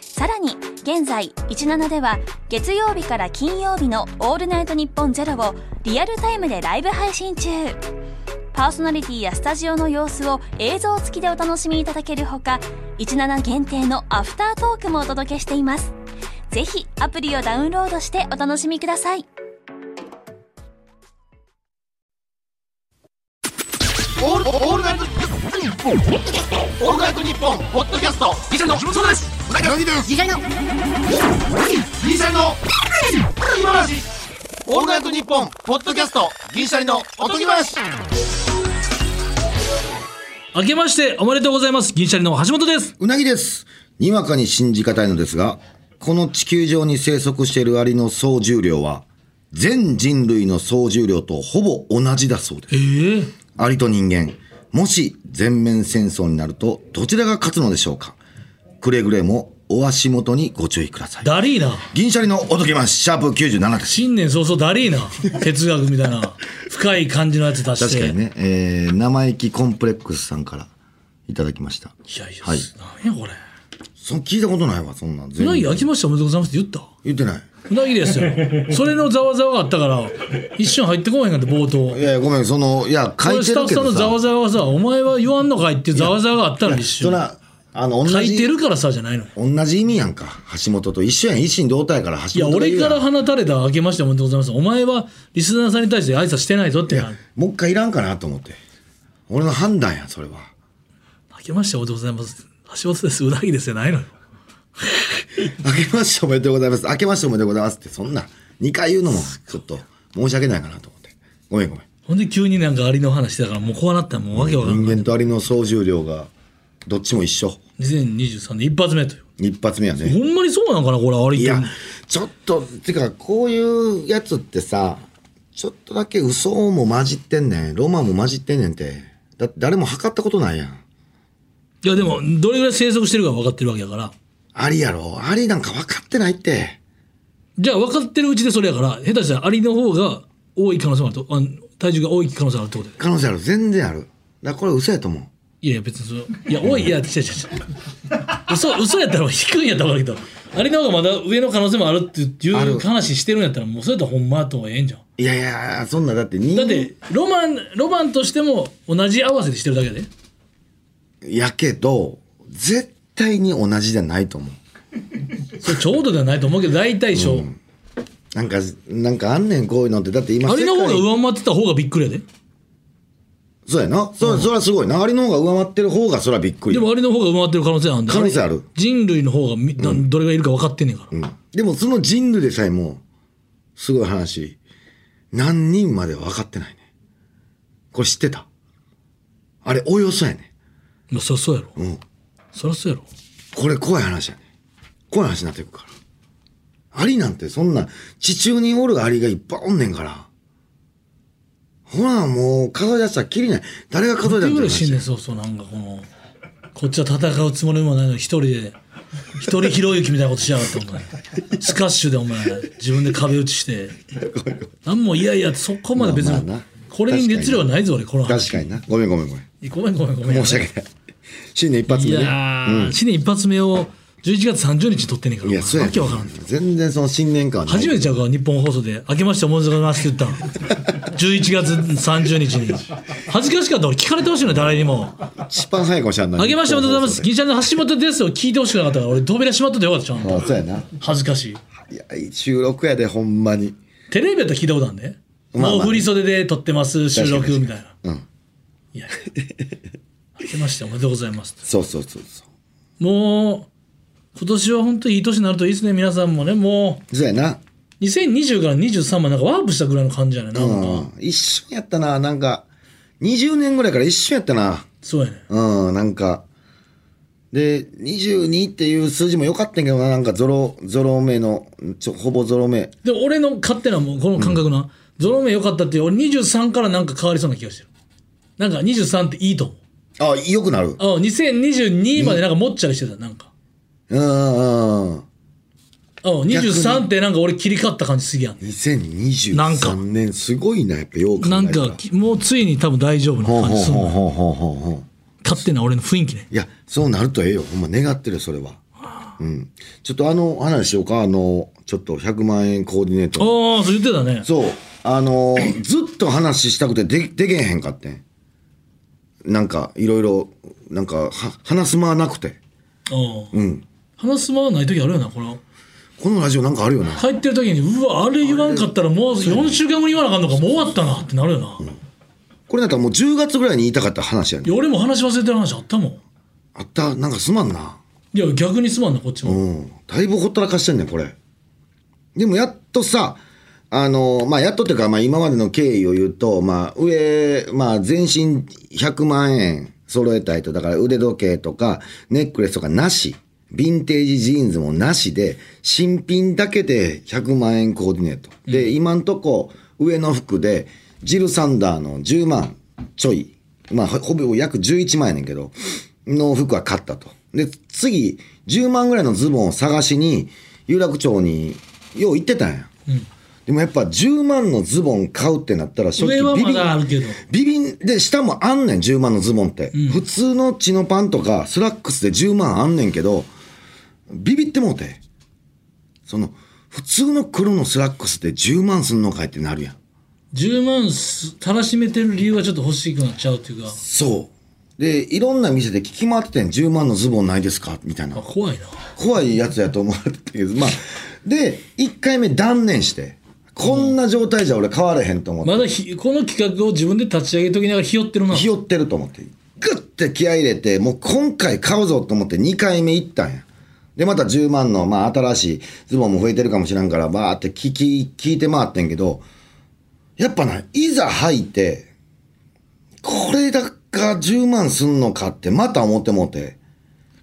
さらに現在17では月曜日から金曜日の「オールナイトニッポンゼロをリアルタイムでライブ配信中パーソナリティやスタジオの様子を映像付きでお楽しみいただけるほか17限定のアフタートークもお届けしていますぜひアプリをダウンロードしてお楽しみくださいオールオールナイトニッポンオールナイトニッポンポッドキャストギシャリのそうです何ですギシャリの今話オールナイトニッポンポッドキャストギシャリのおとぎ話明けましておめでとうございます。銀シャリの橋本です。うなぎです。にわかに信じがたいのですが、この地球上に生息しているアリの総重量は、全人類の総重量とほぼ同じだそうです。ええアリと人間、もし全面戦争になると、どちらが勝つのでしょうかくれぐれも、お足元にご注意ください。ダリーな。銀シャリのおとぎまシャープ97です。新年早々ダリーな。哲学みたいな。深い感じのやつ出して。確かにね、えー、生意気コンプレックスさんからいただきました。いやいや、はいなんやこれ。そん聞いたことないわ、そんなん。う全なぎ部明けましておめでとうございますって言った言ってない。うなぎですよ。それのざわざわがあったから、一瞬入ってこないかって冒頭い。やいやごめん、その、いや、書そいれてスタッフるけさんのどざわさ。ざわがさ、お前は言わんのかいっていうざわざわがあったの一そ瞬。ら、あの、書同いてじる、からさじゃないの。同じ意味やんか。橋本と一緒やん。一心同体やからい橋や、本が言俺うやかんら放たれた明けましておめでとうございます。お前はリスナーさんに対して挨拶してないぞってなる。もう一回いらんかなと思って。俺の判断やん、それは。明けましておめでとうございます。橋本です。うなぎですよ。ないのよ。明けましておめでとうございます。明けましておめでとうございますって、そんな、二回言うのも、ちょっと、申し訳ないかなと思って。ごめんごめん。ほんで急になんかアリの話してたから、もうこうなったらもうわけわかんない。人間とアリの総重量が、どっちも一緒。 2023年一発目という。一発目やね。ほんまにそうなんかなこれ、アリいってや。、ちょっと、てか、こういうやつってさ、ちょっとだけ嘘も混じってんねん。ロマンも混じってんねんて。だって誰も測ったことないやん。いや、でも、どれぐらい生息してるか分かってるわけやから。ありやろ。ありなんか分かってないって。じゃあ分かってるうちでそれやから、下手したらアリの方が多い可能性もあると。あの体重が多い可能性あるってことや可能性ある。全然ある。だからこれ嘘やと思う。いやいや、別にそう。いや、多い、いや、違う違う違う。嘘、嘘やったら低いんやったら分かるけど、アリの方がまだ上の可能性もあるっていあうる話してるんやったら、もうそれやったらほんまとはええんじゃん。いやいや、そんな、だって人だって、ロマン、ロマンとしても同じ合わせでしてるだけで。やけど、絶対に同じじゃないと思う。それちょうどではないと思うけど、大体小。なんか、なんかあんねん、こういうのって。だって今アリの方が世界上回ってた方がびっくりやで。そうやな。そ、そらすごいな。ありの方が上回ってる方がそらびっくり。でもアリの方が上回ってる可能性あるんだ可能性ある人類の方がみ、どどれがいるか分かってんねんから。でもその人類でさえも、すごい話、何人までは分かってないね。これ知ってたあれ、およそやね。まあ、そりゃそうやろ。うん。そりゃそうやろ。これ怖い話やね。怖い話になってくから。アリなんてそんな、地中におるアリがいっぱいおんねんから。ほら、もう数え出したらきりない。誰が数えって出いうしぐらい新たら年そうそうなんかこのこっちは戦うつもりもないのに一人で一人ひろゆきみたいなことしやがってお 前スカッシュでお前自分で壁打ちして何もいやいやそこまで別に、まあまあなこれに熱量はないぞ俺この確話かにな。ごめんごめんごめん。ごめんごめんごめん申し訳ない。新年一発い目ね。やー、新年一発目を11月30日に撮ってんねんからいや、おそう前やわねけわからん全然その新年感はない。初めてちゃうか日本放送で「明けましておめでとうございます」って言ったの11月30日に恥ずかしかった俺聞かれてほしいのよ誰にも一番早いかもしれない。あげましておめでとうございます。銀シャリの橋本ですを聞いてほしくなかったから、俺扉閉まっとってよかったじゃん。あそうやな。恥ずかしい。いや、収録やで、ほんまに。テレビやったら聞いたことあるね。まあまあもう振り袖で撮ってます、収録みたいな。うん。いや、あげましておめでとうございます。そうそうそうそもう、今年は本当にいい年になるといいですね、皆さんもね。もう。そうやな。う、2020から23までなんかワープしたぐらいの感じやね。なうんか、ん。一緒やったな、なんか。20年ぐらいから一緒やったな。そうやね。うん、なんか。で、22っていう数字も良かったんやけどな、なんかゾロ、ゾロ目の、ちょほぼゾロ目。で俺の勝手なもうこの感覚な、ゾロ目良かったっていう俺23からなんか変わりそうな気がしてるなんか23っていいと思うあ、良くなる。あ2022までなんかもっちゃりしてたなんかうんうんうん。あ23ってなんか俺切り替わった感じすぎやんなんか2023年、すごいな、やっぱよう考えたならんかきもうついに多分大丈夫なほう感ほじうするほうほうほうほうほう。勝手な俺の雰囲気ねいや、そうなるとええよ。ほんま願ってるよ、それは。うん。ちょっとあの話しようか。あの、ちょっと100万円コーディネート。ああそう言ってたねそう。あの、ずっと話したくてででけへんかってん。なんか、いろいろ、なんか、は話す間なくて。ああうん。話す間はない時あるよなこのこのラジオなんかあるよな。帰ってる時にうわあれ言わんかったらもう4週間後に言わなあかんのかもう終わったなってなるよな、これなんかもう10月ぐらいに言いたかった話やいねん。や俺も話忘れてる話あったもんあった、なんかすまんな。いや逆にすまんなこっちも、うん。だいぶほったらかしてんねん、これ。でもやっとさ、あの、まあ、やっとっていうか、まあ、今までの経緯を言うと、まあ、上、まあ、全身100万円揃えたいと、だから腕時計とか、ネックレスとかなし、ヴィンテージジーンズもなしで、新品だけで100万円コーディネート。で、今んとこ、上の服で、ジルサンダーの10万ちょい、まあ、ほほぼ約11万やねんけど、の服は買ったと。で、次、10万ぐらいのズボンを探しに、有楽町に、よう行ってたんや。でもやっぱ10万のズボン買うってなったら初上はまだあるけどビビンで下もあんねん10万のズボンって、普通のチノパンとかスラックスで10万あんねんけどビビってもうてその普通の黒のスラックスで10万すんのかいってなるやん10万すたらしめてる理由がちょっと欲しくなっちゃうっていうかそうでいろんな店で聞き回っててん10万のズボンないですかみたいなあ怖いな怖いやつやと思われてたけどまあで1回目断念してこんな状態じゃ俺変われへんと思って、まだひこの企画を自分で立ち上げときながらひよってるなひよってると思って、グッて気合い入れて、もう今回買うぞと思って2回目行ったんや。で、また10万の、まあ新しいズボンも増えてるかもしらんから、バーって聞き、聞いて回ってんけど、やっぱな、いざ履いて、これだが10万すんのかって、また思ってもうて、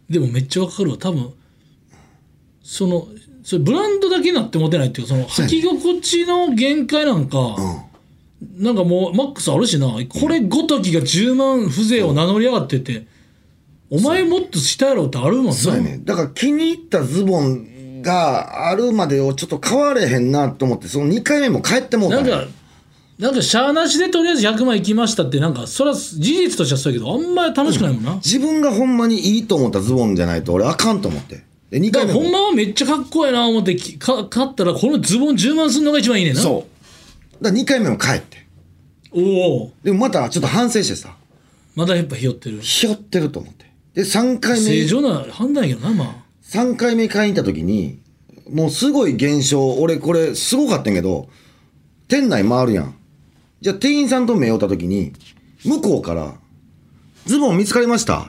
でもめっちゃわかるわ多分そのそれブランドだけなって持てないっていうかその履き心地の限界なんか、なんかもうマックスあるしなこれごときが10万風情を名乗り上がってて、お前もっとしたやろってあるもんなそうやね。だから気に入ったズボンがあるまでをちょっと買われへんなと思って、その2回目も帰ってもうたなんんやか、なんか、しゃーなしでとりあえず100万いきましたって、なんか、それは事実としてはそうやけど、あんまり楽しくないもんな。自分がほんまにいいと思ったズボンじゃないと俺あかんと思って。で、2だ回か目ら、もほんまはめっちゃかっこええな思ってき、か買ったら、このズボン10万すんのが一番いいねんな。そう。だから2回目も帰って。う。おお、でもまたちょっと反省してさ、まだやっぱひよってる。ひよってると思って。で、3回正目、常な判断やけどな、ま三回目買いに行った時に、もうすごい現象、俺これすごかったんやけど、店内回るやん。じゃあ店員さんと目をった時に、向こうから、ズボン見つかりました。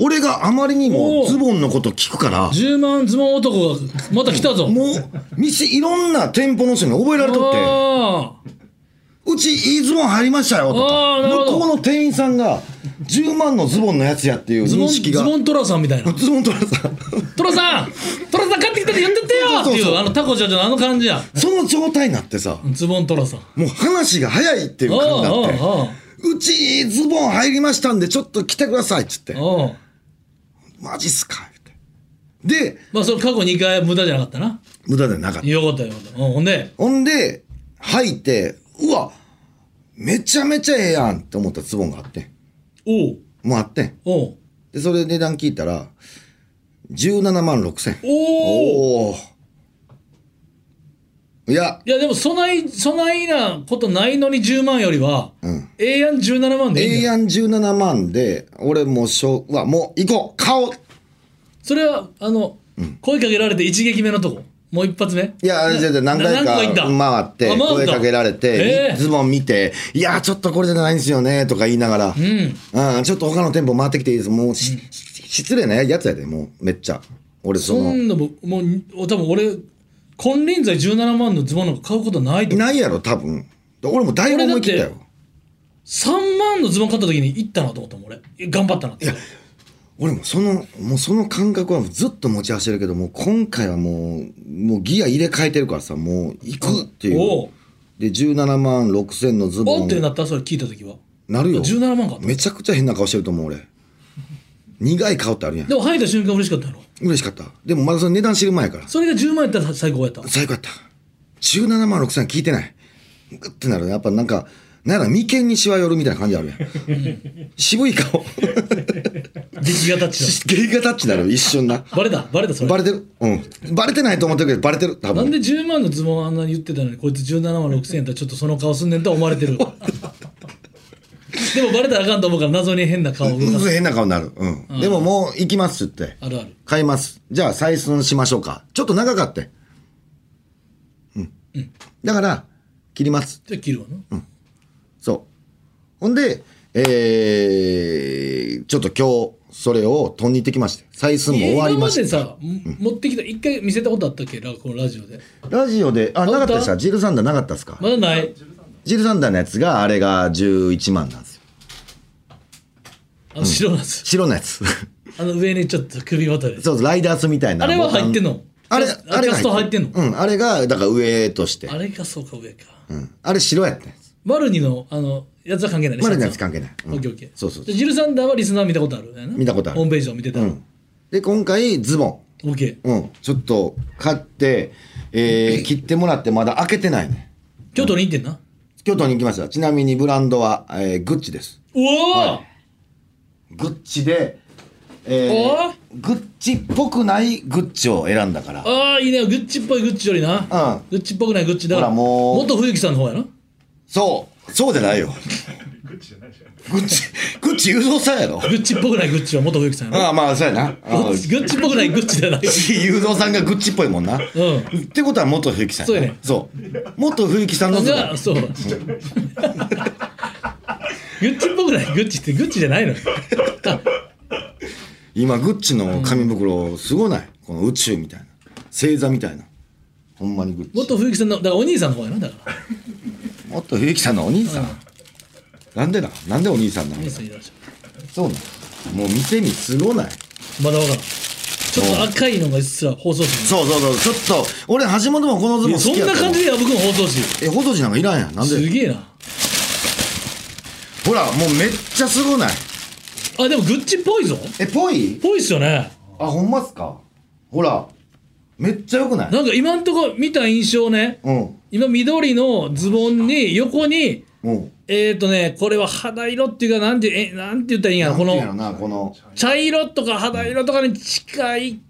俺があまりにおもうズボンのこと聞くからあ。、10万ズボン男が、また来たぞ。もう、道、いろんな店舗の人に覚えられとって。ああ、うちいいズボン入りましたよとあかーなるほど向こうの店員さんが10万のズボンのやつやっていうズボ認ン、識ズがボントラさんみた いな。ズボン取らさんトラさんトラさん買ってきたって呼んでってよってそうそういそうう、あの、タコちゃんのあの感じや。その状態になってさズボントラさん。もう話が早いっていうああ、感じあになってあ、あうちいいズボン入りましたんでちょっと来てくださいっつってあああ。マジっすか言ってでまあその過去2回無駄じゃなかったな。無駄でなかったよかったよかった。うん、ほんで、ほんで履いてうわめちゃめちゃええやんって思ったズボンがあってんおう、もうあってんおう、でそれで値段聞いたら17万6千おお。おおいやいやでもそない、そないなことないのに10万よりは、んええやん17万でいいんええだよ。やん17万で俺もうしょうわもう行こう買おうそれは、あの、声かけられて一撃目のとこ。もう一発目。いやなじゃあじゃあ何回な行か回ってあ回った声かけられて、ええズボン見て「いやちょっとこれじゃないんですよね」とか言いながら「うん、ちょっと他の店舗回ってきていいです」もうし、し失礼なやつやでもうめっちゃ俺その、今度も、もう、多分俺、金輪際17万のズボンなんか買うことないとい思う。ないやろ多分で俺もだいぶ思い切った俺よ3万のズボン買った時に行ったなと思ったもん、俺。頑張ったなって。いや俺もその、もうその感覚はずっと持ち合わせてるけど、もう今回はもう、もうギア入れ替えてるからさ、もう行くっていおうう。で、17万6千のズボン。おってなったそれ聞いた時はなるよ。 17万かめちゃくちゃ変な顔してると思う、俺。 苦い顔ってあるやんで。も入った瞬間嬉しかったやろ嬉しかった。でもまだその値段知る前やから。それが10万やったら最高やった最高やった。17万6千聞いてない。グってなるね。やっぱなんか、なんやろ、眉間にしわ寄るみたいな感じあるやん。 渋い顔。 出来がタッチゲリがタッチになる、一瞬な。だバレたバレたそれバレてるうん。バレてないと思ってるけど、バレてる。多なん分。で10万のズボンあんなに言ってたのにこいつ17万6千円やったらちょっとその顔すんねんとは思われてるでもバレたらあかんと思うから謎に変な顔をう動かんす変な顔になる。うん。でももう行きますって言って。あるある買います。じゃあ採寸しましょうか。ちょっと長かって。うん。だから、切ります。じゃあ切るわな、そう。ほんで、えー、ちょっと今日、それを取りに行ってきまして。採寸も終わりまし今までさ、持ってきた一回見せたことあったっけラこのラジオでた。ラジオで、あ、なかったですかジルサンダーなかったですかまだないジルサンダーのやつが、あれが11万なんですよ。あの白のやつ、白のやつ。 あの上にちょっと首元でそう、ライダースみたいなあれボタン。は入ってんのあれ、キャスあれキャスト入ってんのうん、あれが、だから上として。あれかそうか上かうん。あれ白やったんです。マルニのあのやつは関係ないねマルニのシャツやつは関係ない。うんオッケーオッケーそうそうじゃあジルサンダーはリスナー見たことあるやな見たことあるホームページを見てたら、うん。で、今回、ズボオッケーン。うん。ちょっと、買って、えー、切ってもらって、まだ開けてないね。京都に行ってんな京都に行きました。ちなみにブランドは、えー、グッチです。うわグッチで、えおー、グッチっぽくないグッチを選んだからー。ああいいねグッチっぽいグッチよりな、んグッチっぽくないグッチだからほらもう元冬木さんの方やなそう。そうじゃないよ。グッチ、グッチ、雄三さんやろ。グッチっぽくないグッチは元冬木さんやなああ、まあ、そうやな。あグーッチグッチっぽくないグッチじゃない雄三さんがグッチっぽいもんな。うってことは元冬木さんそうやねそう元冬木さんのんズじボンゃあそうグッチっぽくないグッチってグッチじゃないのよあ今グッチの紙袋すごないこの宇宙みたいな星座みたいなほんまにグッチ元冬木さんのだからお兄さんの方やなだから元冬木さんのお兄さん、なんでななんでお兄さんなおの兄さんいらっしゃそうなのもう見てみすごないるまだわからんちょっと赤いのがうっすら放送紙そうそうそうちょっと俺橋本もこのズいボやン好そんきやったなわ感じで破くん放送えほとじなんかいらんやんなん紙すでげえなほらもうめっちゃすごないあでもグッチっぽいぞえぽいぽいっすよねあほんまっすかほらめっちゃよくないなんか今んとこ見た印象ねうん今緑のズボンに横にうんえっ、ー、とねこれは肌色っていうかなんてえなんて言ったらいいんやろこなんていうののなこの茶色とか肌色とかに近い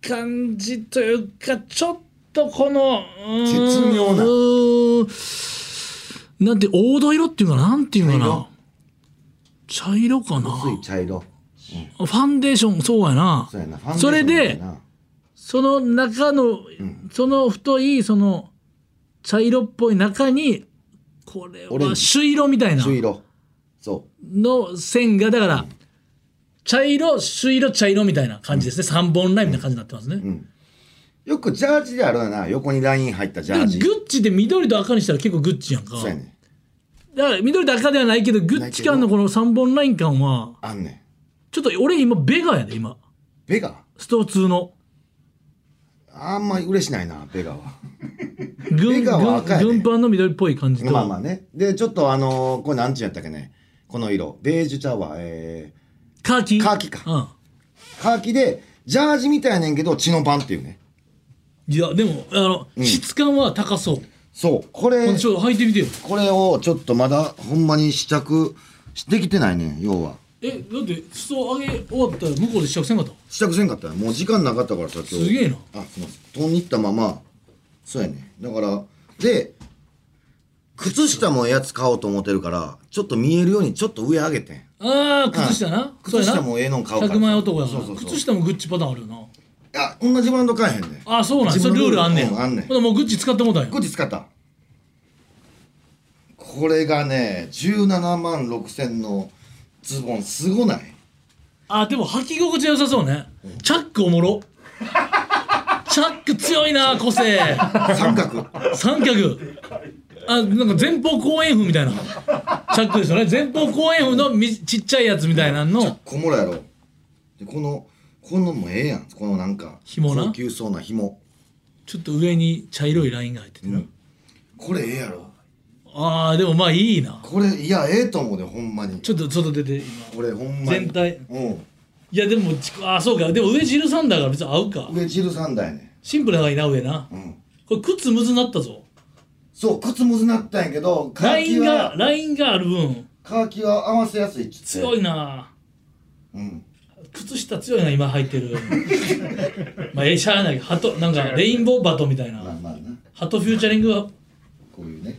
感じというかちょっとこのうーん絶妙なうーんなんて黄土色っていうかなんていうかな茶色かな薄い茶色ファンデーションそうやなそうやなファンデーショそンれみたいでなその中の、その太いその茶色っぽい中にこれオレンはジ朱色みたいな朱色その線がだから茶色朱色茶色みたいな感じですね、三本ラインみたいな感じになってますね、うよくジャージであるよな横にライン入ったジでャージグッチで緑と赤にしたら結構グッチやんかそうやねんだから緑と赤ではないけどグッチ感のこの三本ライン感はあんねんちょっと俺今ベガやで今ベガスト2のあんまり嬉しないなベガは軍ベガは赤やで軍パンの緑っぽい感じと、まあまあねでちょっとあのーこれなんちゅうんやったっけねこの色ベージュチャワーえカーキカーキかうんーカーキでジャージみたいやねんけど血のパンっていうねいやでもあの、質感は高そう、そうこれちょっと履いてみてよこれをちょっとまだほんまに試着できてないねん要はえだって裾上げ終わったら向こうで試着せんかった試着せんかったらもう時間なかったからさ今日すげえなあすいません飛んに行ったままそうやねだからで靴下もやつ買おうと思ってるからちょっと見えるようにちょっと上上げてんああ靴下な、うんそうやな靴下もええのん買うから100万円男やからそうそうそう靴下もグッチパターンあるよないや同じブランド買えへんねんああそうなんやそれルールあんねんうあんねんほなもうグッチ使ってもうたんやグッチ使ったこれがね17万6千のズボンすごないあでも履き心地良さそうね、チャックおもろ チャック強いな個性三角三脚あなんか前方後円墳みたいなチャックですよね前方後円墳のみちっちゃいやつみたいなんの小もろやろでこのこのもええやんこのなんか紐な高級そうな紐ちょっと上に茶色いラインが入っててな、これええやろああでもまあいいなこれいやええと思うでほんまにちょっとちょっと出て今これほんまに全体うんいやでもちああそうかでも上汁サンダーから別に合うか上ジルサンダーやねシンプルな方がいいな上な、んこれ靴むずなったぞそう靴むずなったんやけどカラーイキンがはラインがある分カーキは合わせやすいっつって強いなうん靴下強いな今履いて るまあええしゃあないけどハトなんかレインボーバトみたいなまあまあなハトフューチャリングはこういうね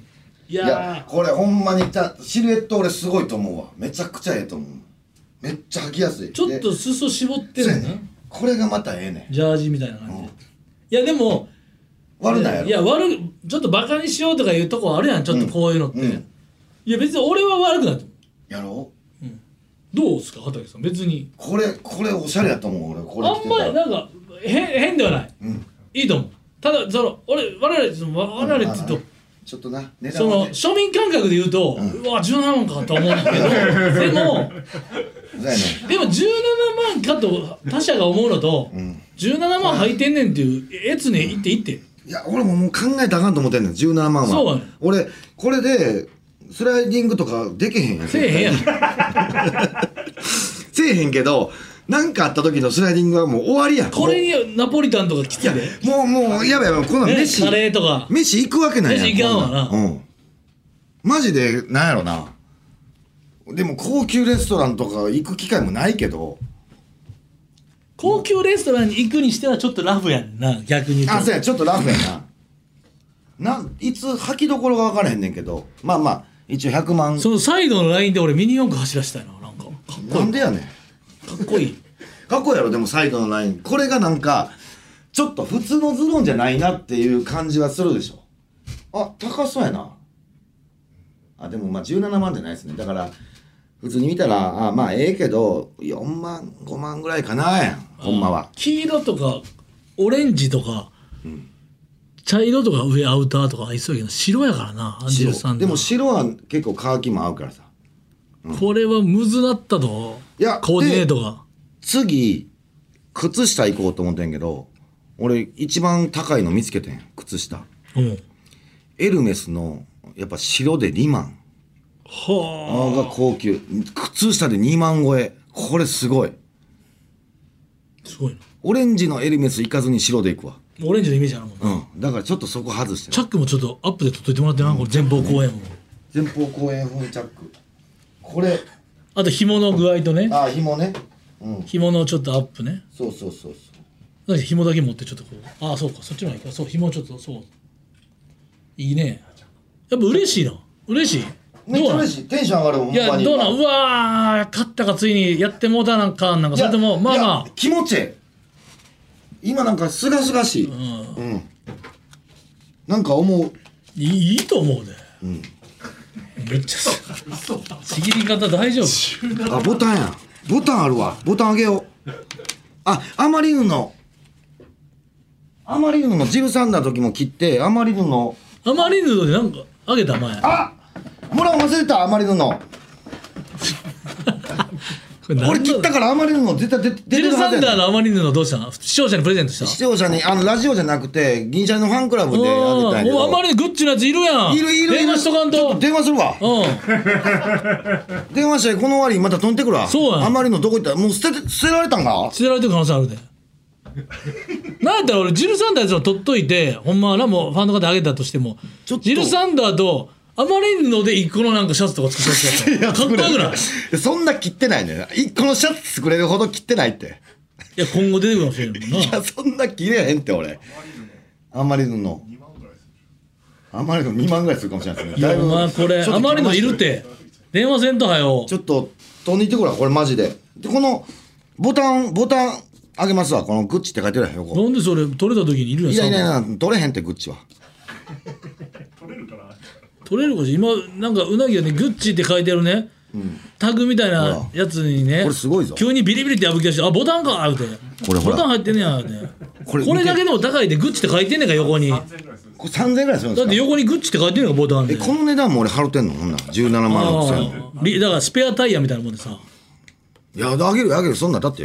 いいややーこれほんまにちゃシルエット俺すごいと思うわめちゃくちゃええと思うめっちゃ履きやすいちょっとで裾絞ってそうやるねなんこれがまたええねんジャージみたいな感じでいやでも悪ないやろいや悪いちょっとバカにしようとかいうとこあるやんちょっとこういうのって、うんうんいや別に俺は悪くないと思うやろどうですか畑さん別にこれこれおしゃれやと思う俺これあ着んてまたりらなんか変変ではない、んいいと思うただその俺我々その我々って言うと、うんちょっとな値そ段はのね庶民感覚で言うと、うわ17万かと思うんだけどで もそうやねでも17万かと他者が思うのと、17万履いてんねんっていうやつね言って言って、んいや俺ももう考えたらあかんと思ってんねん17万はそうやねん俺これでスライディングとかできへんやんせえへんやんせえへんけどなんかあった時のスライディングはもう終わりやんこれにナポリタンとかきついで、もうもうやばいやばいこんなんね、飯、カレーとか飯行くわけないやん飯行かんわなこんんうんマジでなんやろなでも高級レストランとか行く機会もないけど高級レストランに行くにしてはちょっとラフやんな逆に言うとあそうやちょっとラフやななんいつ履きどころが分からへんねんけどまあまあ一応100万そのサイドのラインで俺ミニ四駆走らしたいななんかかっこないんいでやねんかっこいいかっこいいやろでもサイドのラインこれがなんかちょっと普通のズボンじゃないなっていう感じはするでしょあ高そうやなあでもまあ17万じゃないですねだから普通に見たらあまあええけど4万5万ぐらいかなやんほんまは黄色とかオレンジとか、茶色とか上アウターとか合いそうやけど白やからなアンジェルさ白んでも白は結構乾きも合うからさこれはむずなったぞいやコーディネートが次靴下行こうと思ってんけど俺一番高いの見つけてん靴下うんエルメスのやっぱ白でリマンはあが高級靴下で2万超えこれすごいあすごいなオレンジのエルメス行かずに白で行くわオレンジのイメージあるもんなうんだからちょっとそこ外してチャックもちょっとアップで撮っといてもらってな、これ前方後円も前方後円風チャックこれあと紐の具合とねあ紐ねうん紐のちょっとアップねそうそうそうそうなんか紐だけ持ってちょっとこうああそうかそっちの方がいいかそう紐ちょっとそういいねやっぱ嬉しいな嬉しいめっちどゃうなん嬉しいテンション上がるほんいやまにどうなんうわー勝ったかついにやってもうたなんかなんかそれともまあまいや気持ちいい今なんかすがすがしいあ、うん、うん、なんか思ういいいいと思うね、めっちゃちぎり方大丈夫あボタンやボタンあるわボタンあげようあアマリウのアマリウのジルサンダーの時も切ってアマリウのあまりヌードでなんかあげた前こあもらうの忘れたアマリウのれ何俺切ったからアマリウの絶対出て出ジてルるサはずンやダーねんのあまりヌードどうしたの視聴者にプレゼントした視聴者にあのラジオじゃなくて銀シャリのファンクラブであげたんやけおおあどまりグッチのやついるやんいるいるいる電話しとかんちょっと電話するわうん電話してこの割りまた飛んでくるわそうやアマリウのどこ行ったもう捨てて捨てられたんか捨てられてる可能性あ るでなんやったら俺ジルサンダーのやつを取っといてほんまはなもうファンの方あげたとしてもちょっとジルサンダーとあまりので一個のなんかシャツとか作ってたやつかっこよくない そんな切ってないね一個のシャツ作れるほど切ってないっていや今後出てくるかもしれんもんいなや、 そんな切れへんって、俺。あんまりのの。あんまりの2万ぐらいするかもしれないですいね。やお前これちょっとあまりのいるって電話せんとはよちょっと、飛んでいってこら、これマジで。で、この、ボタン、ボタン、あげますわ。このグッチって書いてるやん、横。なんでそれ取れた時にいるやんいやいやいサンダーや、取れへんって、グッチは。取れるかし今なんかうなぎがねグッチって書いてるね、タグみたいなやつにねこれすごいぞ急にビリビリって破き出してあボタンか言うてこれほらボタン入ってんねや言うてここれれだけでも高いでグッチって書いてんねんか横にだっこれ3000円ぐらいするんですてか横にグッチって書いてんねんかボタンえ、でこの値段も俺払ってんのほんなら17万あ6000円。ーリだからスペアタイヤみたいなもんでさいや、あげるよあげるよそんな、だって、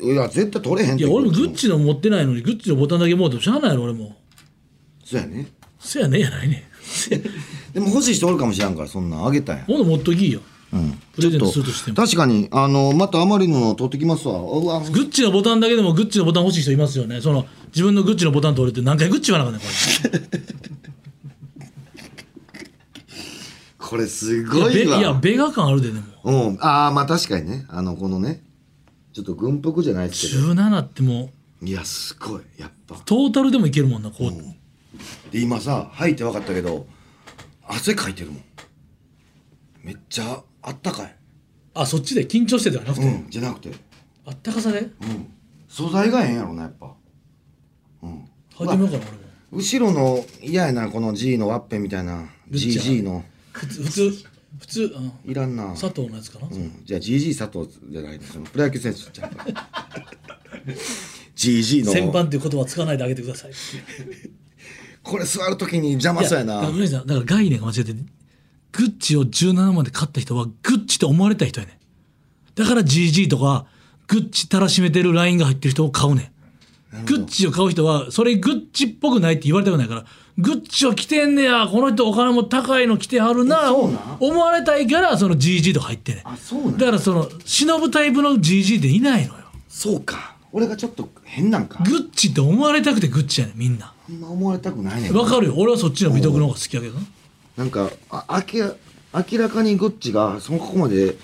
いや、絶対取れへんっいてや俺もグッチの持ってないのにグッチのボタンだけ持ってもしゃあないやろ俺もそうやね。せやねやないねでも欲しい人おるかもしらんから、そんなんあげたんや。今度持っときいようん。プレゼントするとしても確かに、あの、また余りの取ってきますわ。うわ、グッチのボタンだけでもグッチのボタン欲しい人いますよねその自分のグッチのボタン取れて何回グッチ言わなあかったねこれすこごれいいやべいやわ。ベガ感あるででもうん。ああ、まあ確かにね。あの、このね、ちょっと軍服じゃないですけど。 17ってもいや、すごい。やっぱ。うトータルでもいけるもんなこう、で今さ吐いて分かったけど汗かいてるもんめっちゃあったかいあそっちで緊張してではなくて、うんじゃなくてあったかさで素材がええんやろなやっぱうん履いてみようかな俺も後ろの嫌やなこの G のワッペンみたいなっちゃ GG の普通普通普通あのいらんな佐藤のやつかな、うん、じゃあ GG 佐藤じゃないですプロ野球選手じゃん GG 先の般っていう言葉使わないであげてくださいこれ座るときに邪魔いそうやだなから村井さんだから概念が間違っててグッチを17まで買った人はグッチと思われた人やねんだから GG とかグッチたらしめてるラインが入ってる人を買うねんグッチを買う人はそれグッチっぽくないって言われたくないからグッチを着てんねやこの人お金も高いの着てはるなそうなん思われたいからその GG とか入ってんねんあそうなんだからその忍ぶタイプの GG っていないのよそうか俺がちょっと変なんかグッチって思われたくてグッチやねんみんなあんま思われたくないねんなわかるよ俺はそっちの美徳の方が好きやけどななんか、あ、明ら、明らかにグッチが、そこまで、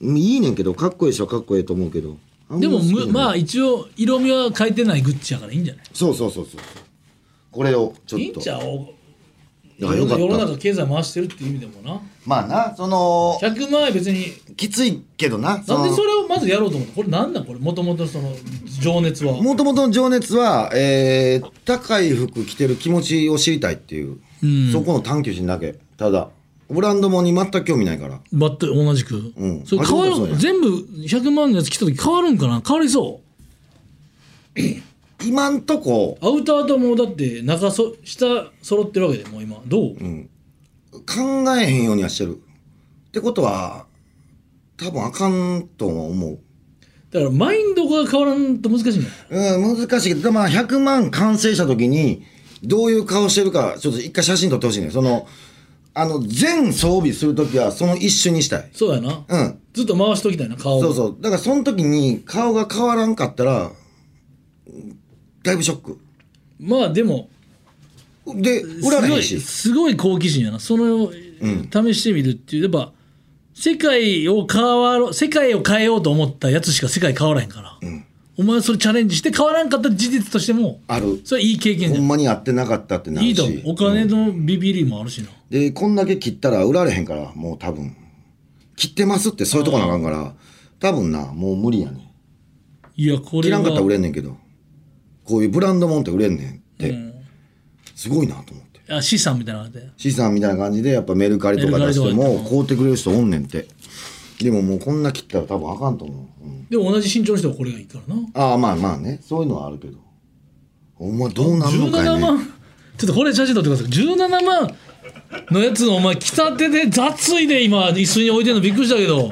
うんいいねんけど、かっこいいしはかっこいいと思うけど。あんまでも好きじゃむないまあ一応色味は変えてないグッチやからいいんじゃないそうそうそうそう。これを、ちょっと。いいんちゃうだからよかった世の中経済回してるっていう意味でもなまあな、その、 100万円別にきついけどなんな。でそれれをまずやろうと思ったこれなんなんこれもともとその情熱はもともとの情熱は、えー、高い服着てる気持ちを知りたいっていう、うんそこの探求心だけ。ただ、ブランドもに全く興味ないから。バッと同じく、うんそれ変わあそうそうるや全部100万円のやつ来た時変わるんかな変わりそ今んとこ、うアウターともうだって中そ下揃ってるわけでもう今どう、考えへんようにはしてる。ってことは、多分あかんとは思う。だからマインドが変わらんと難しいんだようん、難しいけど、まあ、100万完成した時に、どういう顔してるか、ちょっと一回写真撮ってほしいね。その、あの、全装備する時は、その一瞬にしたい。そうやな、うん。ずっと回しときたいな顔をそうそう。だから、その時に、顔が変わらんかったら、だいぶショック。まあでもで、売られへんし。すごいすごい好奇心やなそれを試してみるっていう、やっぱ世界を変わろう世界を変えようと思ったやつしか世界変わらへんから、お前はそれチャレンジして変わらんかったら事実としてもある。それはいい経験ほじゃんんまに合ってなかったってなるし。いいと思うお金のビビりもあるしな、で、こんだけ切ったら売られへんから、もう多分。切ってますって、そういうとこなあかんから、多分な、もう無理やね。いやこ切れらはんかったら売れんねんけど。こういうブランドもんって売れんねんって。うんすごいなと思って。あ資産みたいなので資産みたいな感じで、やっぱメルカリとか出してメルカリともか、買うてくれる人おんねんって。でももうこんな切ったら多分あかんと思う。うん、でも同じ身長の人はこれがいいからなああ、まあまあね。そういうのはあるけど。お前どうなんのかい17ね。万ちょっとこれ写真撮ってください17万のやつのお前着たてで雑いで今椅子に置いてるのびっくりしたけど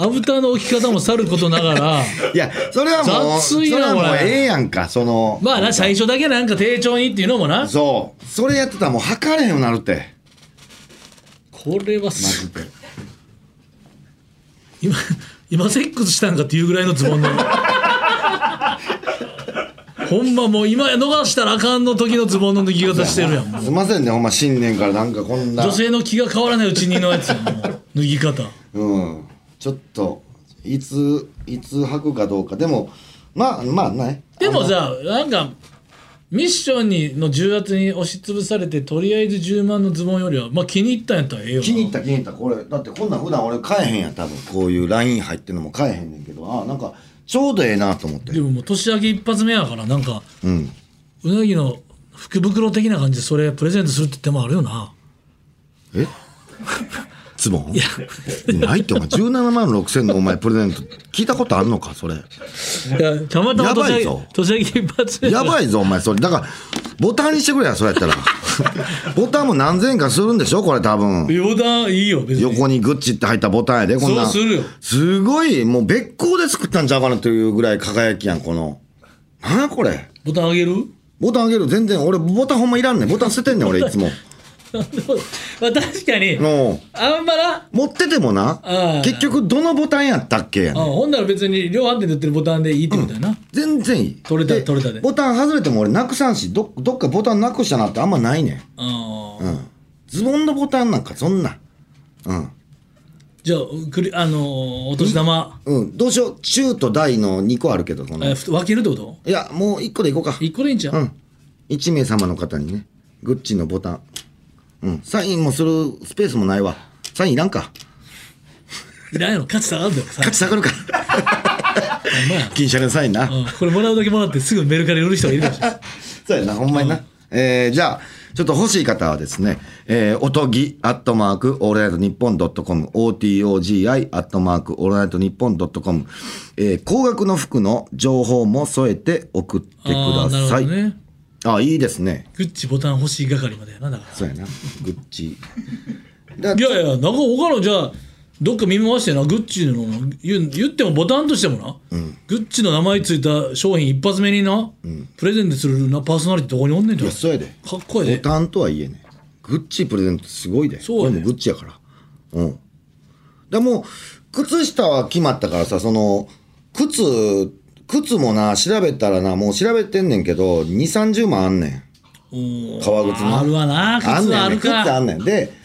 アブターの置き方もさることながらいや、それはもう、そ雑いなれはもうこれええやんか、その。まあな最初だけなんか丁重にっていうのもなそう。それやってたらもう測れへんようになるって。これはマジすで。今今セックスしたんかっていうぐらいのズボンのほんまもう今逃したらあかんの時のズボンの脱ぎ方してるやんもうすいませんね、ほんま新年からなんかこんな。女性の気が変わらないうちにのやつやんもう脱ぎ方うん。ちょっと、いつ、いつ履くかどうか。でも、まあ、まあね。でもあの、さなんかミッションにの重圧に押しつぶされてとりあえず10万のズボンよりはまあ気に入ったんやったらええよな気に入った気に入った。これ、だってこんなん普段俺買えへんやん、多分。こういうライン入ってんのも買えへんねんけど、あなんか、ちょうどええなと思ってで。ももう年明け一発目やからなんかうん。うなぎの福袋的な感じでそれプレゼントするって手もあるよなえズボンいや、ないってお前、17万6千のお前プレゼント、聞いたことあんのか、それ。いやたまたまやば年明いぞけ年明け一発目 やばいぞ、お前、それ。だから、ボタンにしてくれや、そうやったら。ボタンも何千円かするんでしょこれ多分。余談いいよ、別に。横にグッチって入ったボタンやで、こんなん。そうするよすごい、もう別行で作ったんちゃうかなというぐらい輝きやん、この。なあこれ。ボタンあげる ボタンあげる全然、俺ボタンほんまいらんねん。ボタン捨ててんねん、俺いつも。まあ確かに、のあんまな、持っててもう、なん結局どのボタンやったっけやあねん。ほんなら別に量販店で売ってるボタンでいいってことやな、全然いい。取れたで取れたでボタン外れても俺なくさんし、どどっかボタンなくしたなってあんまないねん。ああうん。ズボンのボタンなんかそんな。うん。じゃあくりあのーお年玉、うん。どうしよう。中と大の2個あるけど、この。えいふ分けるってことや、もう1個でいこうか。一個でいいんちゃう、うん。1名様の方にね、グッチのボタン。うん。サインもするスペースもないわ。サインいらんか。いらんやろ価値下がるんだよさ価値下がるか。ほんま や銀シャリのサインな。うん、これもらうだけもらってすぐメルカリ売る人がいるかも しれないそうやな、ほんまにな。えー、じゃあ、ちょっと欲しい方はですね、えー、おとぎ、アットマーク、オールナイトニッポンドットコム、OTOGI、アットマーク、オールナイトニッポンドットコム、えー、高額の服の情報も添えて送ってくあだーなるほさい。どねあ、いいですね。グッチボタン欲しい係までやなだかそうやな。グッチ。だらいやいやなんか他のじゃあどっか見回してなグッチの言う言ってもボタンとしてもな、グッチの名前ついた商品一発目にな、プレゼントするなパーソナリティどこにおんねんじゃんいや、そうやで。かっこええボでタンとはいえね。グッチプレゼントすごいで。そうや俺ねもグッチやから。うん。でもう、靴下は決まったからさ、その、靴、靴もな、調べたらな、もう調べてんねんけど、2、30万あんねおん。ー革靴の。あるわな靴あんねんねはあるか靴あんねん。で、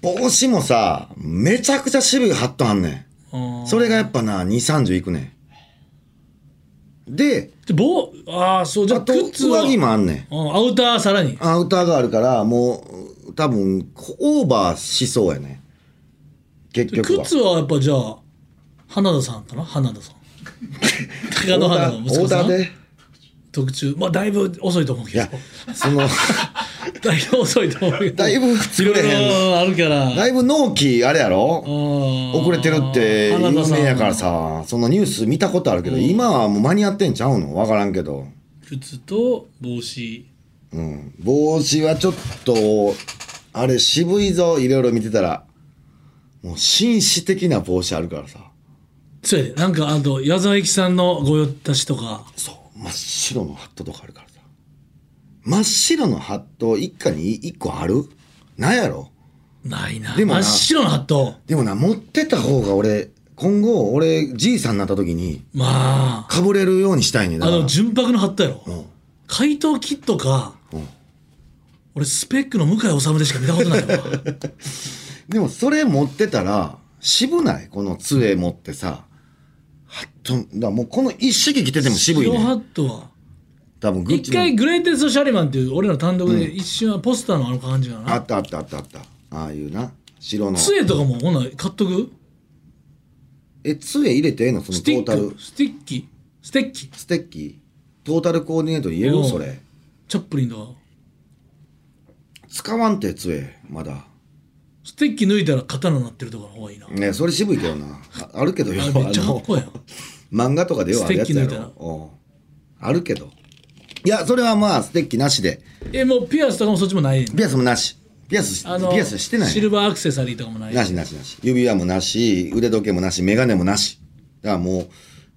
帽子もさ、めちゃくちゃ渋いハットあんねうんん。それがやっぱな、2、30いくねん。で、で棒ああそうじゃああと、靴上は着もあんねん。うんアウターさらにアウターがあるから、もう、多分、オーバーしそうやね。結局は。靴はやっぱじゃあ花田さんかな花 田さん高野オー花ダ田のー息オ子ーさダーんで。特注まあだいぶ遅いと思うい けどや、その、だいぶ遅いと思うけどだいぶい作ろれへん。いろあるからだいぶ納期、あれやろ遅遅れてるって有名やからさ、そのニュース見たことあるけど、今はもう間に合ってんちゃうのわからんけど。靴と帽子うん。帽子はちょっと、あれ渋いぞ、いろいろ見てたら。もう紳士的な帽子あるからさ。そうやでなんかあと矢沢永吉さんの御用達とかそう真っ白のハットとかあるからさ真っ白のハット一家に一個あるなんやろないなでも真なっ白のハットでもな持ってた方が俺今後俺じいさんになった時にまあかぶれるようにしたいねんだあからの純白のハットやろうん怪盗キットか、俺スペックの向井治でしか見たことないわでもそれ持ってたら渋ないこの杖持ってさハットだからもうこの一式着てても渋い白ハねットは多分グッ一チの回グレイテストシャリマンっていう俺らの単独で一瞬はポスターのあの感じだあなったあったあったあったああいうな白の杖とかもほんなら買っとくえ杖入れてええのそのストティータッルクスティッキステッキステッキトータルコーディネートに入れるうんそれチャップリンとか使わんて杖まだステッキ抜いたら刀なってるとかの方がいいなあねそれ渋いけどなああるけどよれめっちゃかっこ ええやん漫画とかでようあるやつやステッキ抜いろうんあるけどいやそれはまあステッキなしでえもうピアスとかもそっちもないねんピアスもなしピアスしあのピアスしてないシルバーアクセサリーとかもないなしなしなし指輪もなし腕時計もなし眼鏡もなしだからもう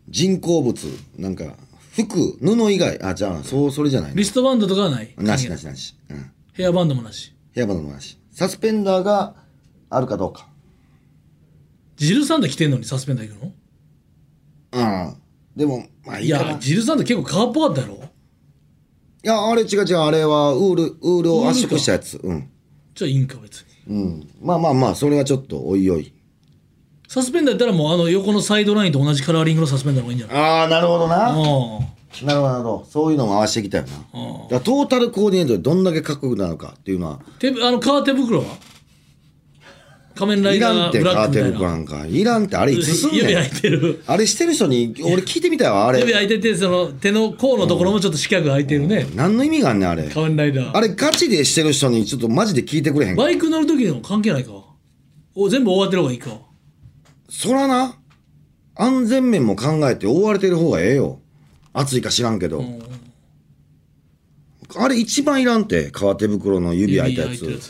人工物なんか服布以外あじゃあそうそれじゃないリストバンドとかはないなしなしなしうんヘアバンドもなしヘアバンドもなしサスペンダーがあるかどうかジルサンダー着てんのにサスペンダー行くのうんでもまあいいいかなやジルサンダー結構革っぽかったやろいや、あれ違う違う、あれはウール、ウールを圧縮したやつ。うん。じゃあいいんか別にうん。まあまあまあ、それはちょっと、おいおい。サスペンダーやったらもうあの横のサイドラインと同じカラーリングのサスペンダーの方がいいんじゃないああ、なるほどあな。なるあほど、なるほど。そういうのも合わせてきたよな。だからトータルコーディネートでどんだけかっこよくなるかっていうのは、手ぶあの革手袋は仮面ラいイらんダっーて、ブラッカクみーテたいルクななんか。いらんって、あれいつすん指ね開いん。てるあれしてる人に、俺聞いてみたよ、あ指れ。開いててその手の甲のところもちょっと四角開いてるね何の意味があんねん、あれ。仮面ライダーあれ、ガチでしてる人に、ちょっとマジで聞いてくれへんか。バイク乗る時でも関係ないかお全部終わってる方がいいかそらな、安全面も考えて、覆われてる方がええよ。暑いか知らんけど。うんあれ一番いらんって、革手袋の指開いたやつ。指開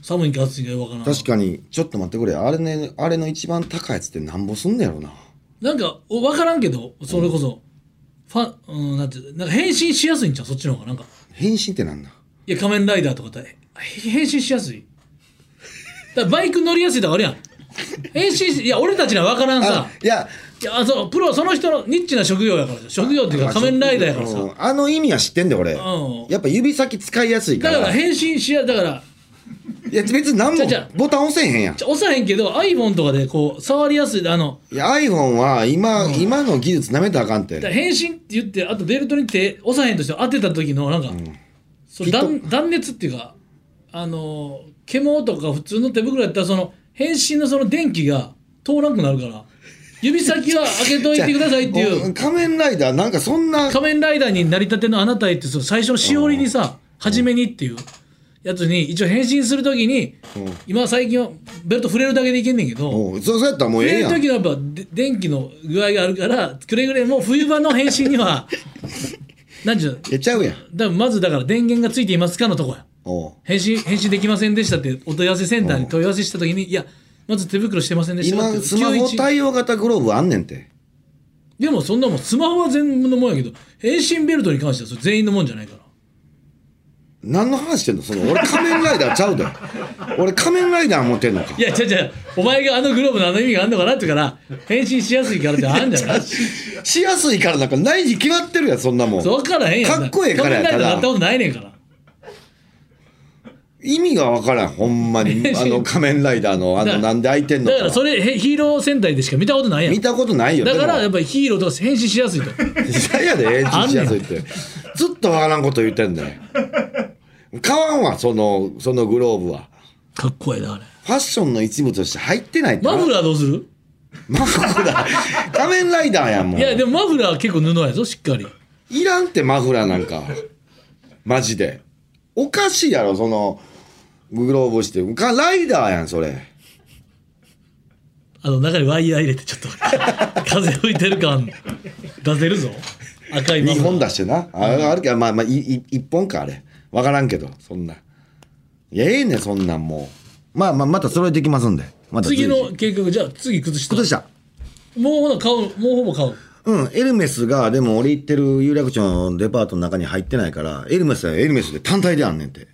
寒いか暑いかよくわからん確かに、ちょっと待ってくれ。あれね、あれの一番高いやつってなんぼすんねやろな。なんかお分からんけどそれこそ、ファン、うん、なんてなんか変身しやすいんちゃうそっちの方がなんか変身ってなんだいや仮面ライダーとかだってへ変身しやすいだからバイク乗りやすいとかあるやん変身しいや俺たちには分からんさあ、いや、いやそうプロその人のニッチな職業やから職業っていうか仮面ライダーやからさうんあの意味は知ってんで俺ん。やっぱ指先使いやすいか。だからら変身しやだからいや、別に何ちもゃうちゃうボタン押せへんやん。押さへんけど iPhone とかでこう触りやすいあのいや、iPhone は今、今の技術なめたらあかんって。だから変身って言ってあとベルトに手押さへんとして当てた時のなんか、そのきっと断断熱っていうかあのー獣とか普通の手袋やったらその変身のその電気が通らなくなるから指先は開けといてくださいってい おう仮面ライダーなんかそんな仮面ライダーになりたてのあなたへってその最初のしおりにさ初めにっていうやつに一応変身する時に今最近はベルト触れるだけでいけんねんけど、おうそうそうやったらもう触ええれやるん時のやっぱで電気の具合があるからくれぐれも冬場の変身に はなんちゅうのえちゃうやんだまずだから電源がついていますかのとこやおう返信返信できませんでしたってお問い合わせセンターに問い合わせした時にいやまず手袋してませんでしたよ今ってスマホ91対応型グローブあんねんてでもそんなもんスマホは全部のもんやけど変身ベルトに関してはそれ全員のもんじゃないから何の話してんのその俺仮面ライダーちゃ うで俺仮面ライダー持ってんのかいや違う違うお前があのグローブのあの意味があんのかなって言うから変身しやすいからってあん じゃないしやすいからなんかないに決まってるやんそんなもん分からへんやんかっこええから仮面やライダーただなったことないねんから意味がわからんほん まにあの仮面ライダーのあだかのらなんで開いてんのだからかそれへヒーロー戦隊でしか見たことないやん見たことないよだからやっでぱりヒーローとか変身しやすいとも嫌やで延あんねん期しやすいってずっとわからんこと言ってんだよ買わんわそのそのグローブは かっこええなあれファッションの一部として入ってないってマフラーどうするマフラー仮面ライダーやんもんいやでもマフラーは結構布やぞしっかりいらんってマフラーなんかマジでおかしいやろそのグローブしてかライダーやんそれあの中にワイヤー入れてちょっと 風吹いてる感出せるぞ赤いマ2フラー本出してなあ,、あるけどまあまあ1本かあれ分からんけどそんないやええねんそんなんもうまあまあまた揃えていきますんでまた次随の時計画じゃあ次崩した靴下もうほな買うもうほぼ買ううんエルメスがでも俺行ってる有楽町のデパートの中に入ってないからエルメスはエルメスで単体であんねんて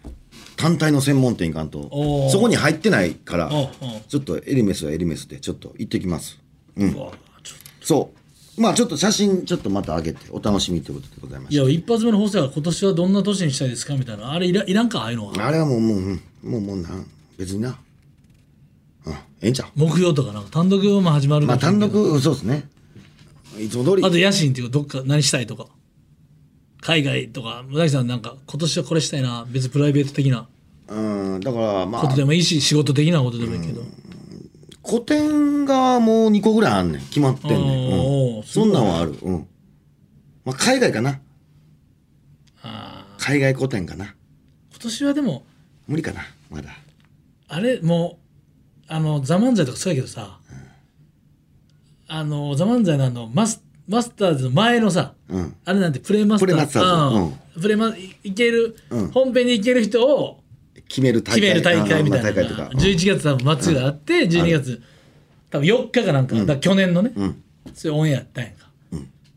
単体の専門店行かんとおーそこに入ってないからおうおうちょっとエルメスはエルメスでちょっと行ってきますうんうわちょっそうまあちょっと写真ちょっとまた上げてお楽しみということでございまといしや一発目の放送は今年はどんな年にしたいですかみたいなあれいらいらんかああいうのはたあれはもうもううんもうもうなん別になうんええんちゃう木曜とかなんか単独も始まるまかあもしれん単けど独うんそうですねいつも通りあと野心っていうかどっか何したいとか海外とか村木さんなんか今年はこれしたいな別にプライベート的なうんだからまことあでもいいし仕事的なことでもいいけど、個展がもう2個ぐらいあんねん決まってんねあーん、うん、すごそいんねなんはあるうん、まあ、海外かなあー海外個展かな今年はでも無理かなまだあれもうあの「ザ漫才とかそうやけどさ、あの「ザ漫才のあのマスマスターズの前のさ、うんあれなんてプレマスタープレマスターズうんうプレマいいける、うん本編にいける人を決める大決会める大会みたいあーまあ大会とな、か、うん11月多分末があって、12月多分4日かなんか,、だから去年のね、んそれオンエアやったんやんか、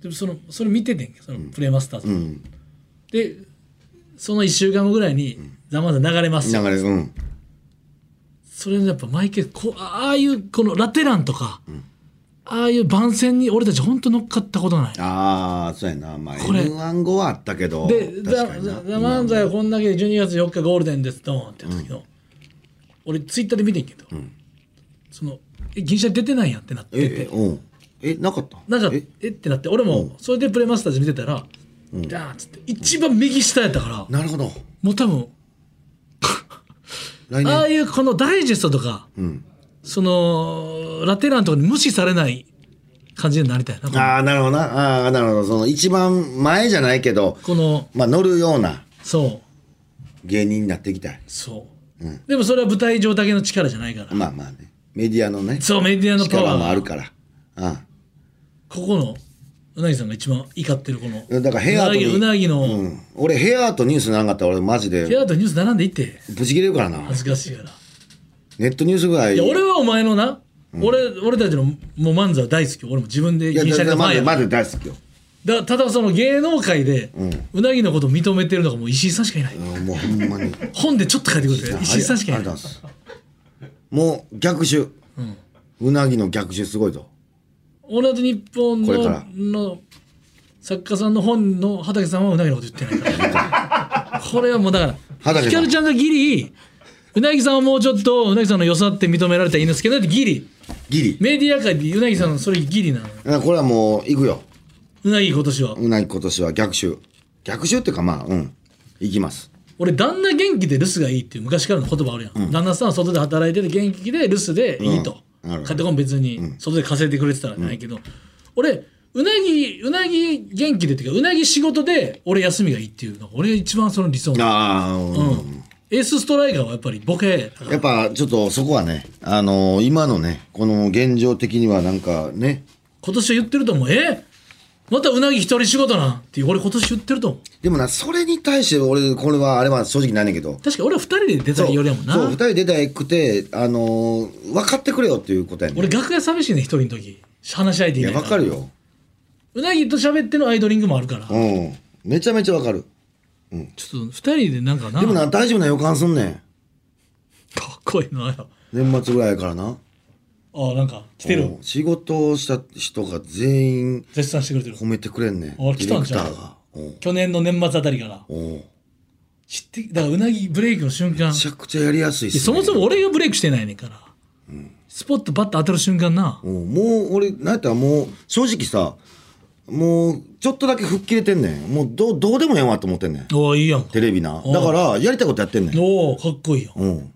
でもそのそれ見ててんけどそのプレマスターズ、うん、でその1週間後ぐらいに「ザ漫才流れますよ流れうんそれねやっぱ毎回こうあああいうこのラテランとか、ああいう番宣に俺たち本当乗っかったことないああそうやなまあこれ m 1後はあったけどで「ザ・ザ確かにな漫才はこんだけで12月4日ゴールデンですドーン」ってやったけど、俺ツイッターで見てんけど、その「え銀シャリ出てないやん」ってなってええてうんえなかったなんかえ「えっ?」てなって俺もそれでプレマスターズ見てたら「ダーン」っつって一番右下やったから、なるほどもう多分来ああ年いうこのダイジェストとか、そのラテランとかに無視されない感じになりたいなこのああなるほどなああなるほどその一番前じゃないけどこのまあ乗るようなそう芸人になっていきたいそう、でもそれは舞台上だけの力じゃないから、まあまあねメディアのねそうメディアのパ力ワーもあるからうんここのうなぎさんが一番怒ってるこのだから部屋とにうなぎうなぎの、うん、俺ヘアとニュースなんかったら俺マジ部で屋とニュース並んでいってブチ切れるからな恥ずかしいからネットニュースぐらいいや俺はお前のな、俺俺たちのもう漫才は大好き俺も自分でいや銀シャリのま前だやまだ大好きよ、だただその芸能界で、うなぎのことを認めてるのがもう石井さんしかいない、うんもうほんま に本でちょっと書いてくれて石井さんしかあいりながいとうございますもう逆襲、うなぎの逆襲すごいぞ「オールナイトニッポンこれのから」の作家さんの本の畑さんはうなぎのこと言ってない からこれはもうだから畑さんひかるちゃんがギリうなぎさんはもうちょっとうなぎさんの良さって認められたらいいんですけどだってギリギリメディア界でうなぎさんのそれギリなのよだからこれはもう行くようなぎ今年はうなぎ今年は逆襲逆襲っていうかまあうん行きます俺旦那元気で留守がいいっていう昔からの言葉あるやん、旦那さんは外で働いてて元気で留守でいいと、うんなるほど買ってこん別に外で稼いでくれてたらないけど、俺うなぎうなぎ元気でっていうかうなぎ仕事で俺休みがいいっていうのが俺が一番その理想ああ、うんうんエースストライカーはやっぱりボケやっぱちょっとそこはねあのー今のねこの現状的にはなんかね今年は言ってると思うえまたうなぎ一人仕事なんっていう俺今年言ってると思うでもなそれに対して俺これはあれは正直ないねんけど確か俺は二人で出たいよりやもんなそう、二人出たらくて、あのー分かってくれよっていうことやねん俺楽屋寂しいね一人の時話し相手いいなや、いから分かるよ。うなぎと喋ってのアイドリングもあるからうん。めちゃめちゃ分かる。ちょっと二人でなんかなでもな、大丈夫な予感すんねん。かっこいいなあ年末ぐらいやからな。あなんか来てるうん仕事をした人が全員絶賛してくれてる褒めてくれんねん。あ来たんディレクちタゃうーが。うん去年の年末あたりからうん。め知ってだからうなぎブレイクの瞬間ちゃくちゃやりやすいっす、でね。そもそも俺がブレイクしてないねんから、スポットバッと当たる瞬間なうんもう俺、なんやったらもう、正直さ、もう、ちょっとだけ吹っ切れてんねん。もう、どう、どうでもええわと思ってんねん。おーいいやんテレビな。だから、やりたいことやってんねん。おおかっこいいやんうん。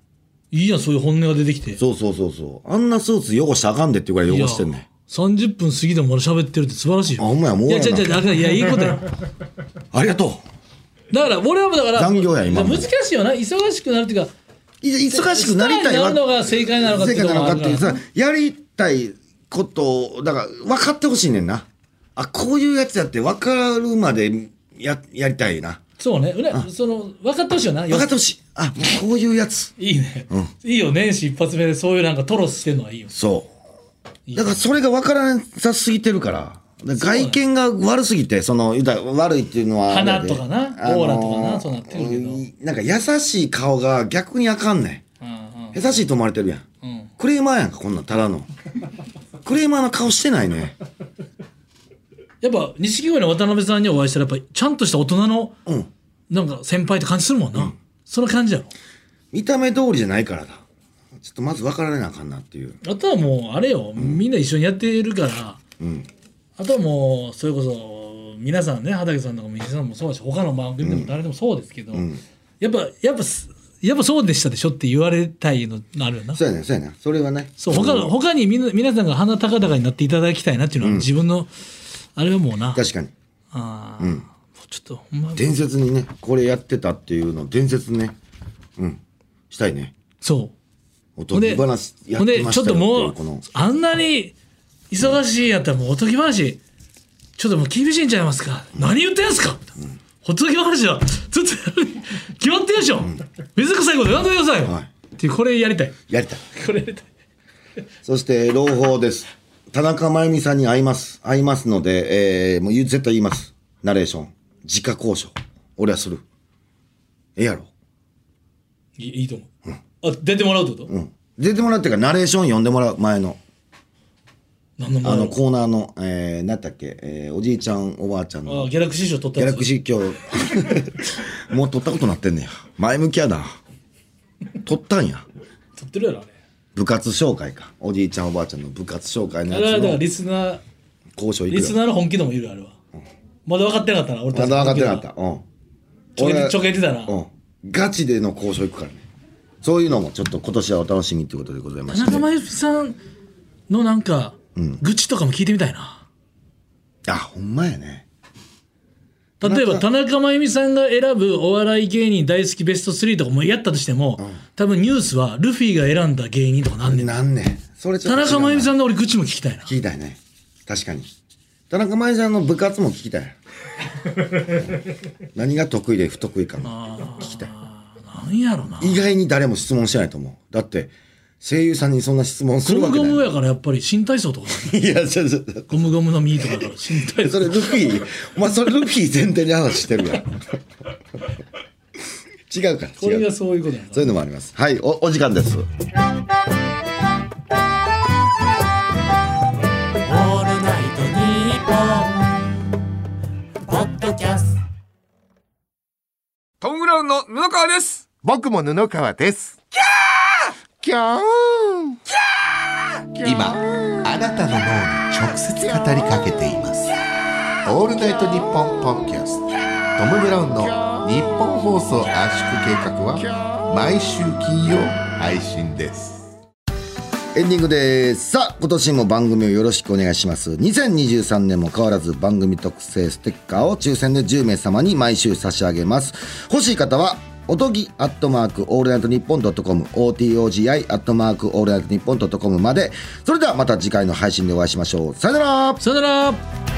いいやんそういう本音が出てきてそうそうそうそう。あんなスーツ汚したらあかんでっていうぐらい汚してんねんいや。30分過ぎでもまだ喋ってるって素晴らしいよあほんまやもういや終違うわ違うだりからいやいいこと やありがとだから俺はもうだから残業や今も難しいよな忙しくなるっていうかう。い忙しくなりたスいターになるのが正解なのかって正いう解のなものあかっるてからいうさ、やりたいことを、だから分かってほしいねんな。あ、こういうやつやって分かるまでや、やりたいな。そうねうなその分かってほしいよな分かってほしい。あ、もうこういうやつ。いいね、いいよ年始一発目でそういうなんかトロスしてんのはいいよそう。だからそれが分からなさすぎてるから。だから外見が悪すぎて、その、言うたら悪いっていうのはあれや鼻で。とかなあのーオーラとかなそうなってるけどうんなんか優しい顔が逆にあかんねん。うんうん優しいと思われてるやん、うんクレーマーやんかこんなんただのクレーマーの顔してないねやっぱ錦鯉の渡辺さんにお会いしたらやっぱちゃんとした大人のうんなんか先輩って感じするもんな、その感じやろ見た目通りじゃないからだちょっとまず分かられなあかんなっていうあとはもうあれよ、みんな一緒にやってるから、あとはもうそれこそ皆さんね畑さんとか西さんもそうだし他の番組でも誰でもそうですけど、やっぱやっぱすやっぱそうでしたでしょって言われたいのあるよなそうやねんそうやねんそれはねそう他の他にみんな皆さんが鼻高々になっていただきたいなっていうのは自分の、あれはもうな確かにああ、ちょっとほんま伝説にねこれやってたっていうの伝説ねうんしたいねそうおとほんぎで話やほっんてでまちょしったよともっていうこうのあんなに忙しいやったらもうおとぎ話ちょっともう厳しいんちゃいますか、何言ってんすか、おとぎ話はずっとやる決まってるでしょ、水臭いこと言わんといてくださいよ、はいっていうこれやりたいやりたいこれやりたいそして朗報です田中真由美さんに会います会いますので、えー、もう言う絶対言いますナレーション自家交渉俺はするええやろいいいいと思う、あ出てもらうってこと、うん出てもらうっていうかナレーション読んでもらう前の何の前ああのコーナーの、えー、何だっけ、えーおじいちゃんおばあちゃんのあギャラクシー賞取ったギャやラつクシ ー教もう撮ったことなってんねや前向きやな撮ったんや取ってるやろあれ部活紹介かおじいちゃんおばあちゃんの部活紹介のあれはやつだからのリスナー交渉リ行スくよナーの本気度もいるよあれは、まだ分かってなかったな俺たまちだ分かってなかったうんちょけ俺てちょけてたな、うんガチでの交渉行くからねそういうのもちょっと今年はお楽しみってことでございま田して中真由美さんのなんか、愚痴とかも聞いてみたいなあほんまやね例えば田中真由美さんが選ぶお笑い芸人大好きベスト3とかもやったとしても、多分ニュースはルフィが選んだ芸人とかなんねんなんねんそれちょっ田と違うな中真由美さんの俺愚痴も聞きたいな聞きたいね確かに田中真由さんの部活も聞きた い。何が得意で不得意かも聞きたい。なんやろな意外に誰も質問してないと思う。だって、声優さんにそんな質問すゴるわムけゴない。ムやからやっぱり新体操とか いや、ちょちょちょゴムゴムの実とかだから新体そ操れルフィ、 お前それルフィ前提に話してるやん。 違うから、これ違うがから。そういうことやなそういうのもあります。はい、お、お時間です。オールナイトニッポン」ポッドキャストトム・ブラウンの布川です僕も布川です。キャーキャー今、あなたの脳に直接語りかけています。オールナイトニッポンポッドキャスト。トム・ブラウンの日本放送圧縮計画は毎週金曜配信です。エンディングです。さあ、今年も番組をよろしくお願いします。2023年も変わらず番組特製ステッカーを抽選で10名様に毎週差し上げます。欲しい方は、おとぎアットマークオールナイトニッポンドットコム OTOGI アットマークオールナイトニッポンドットコムまで。それではまた次回の配信でお会いしましょう。さよならさよなら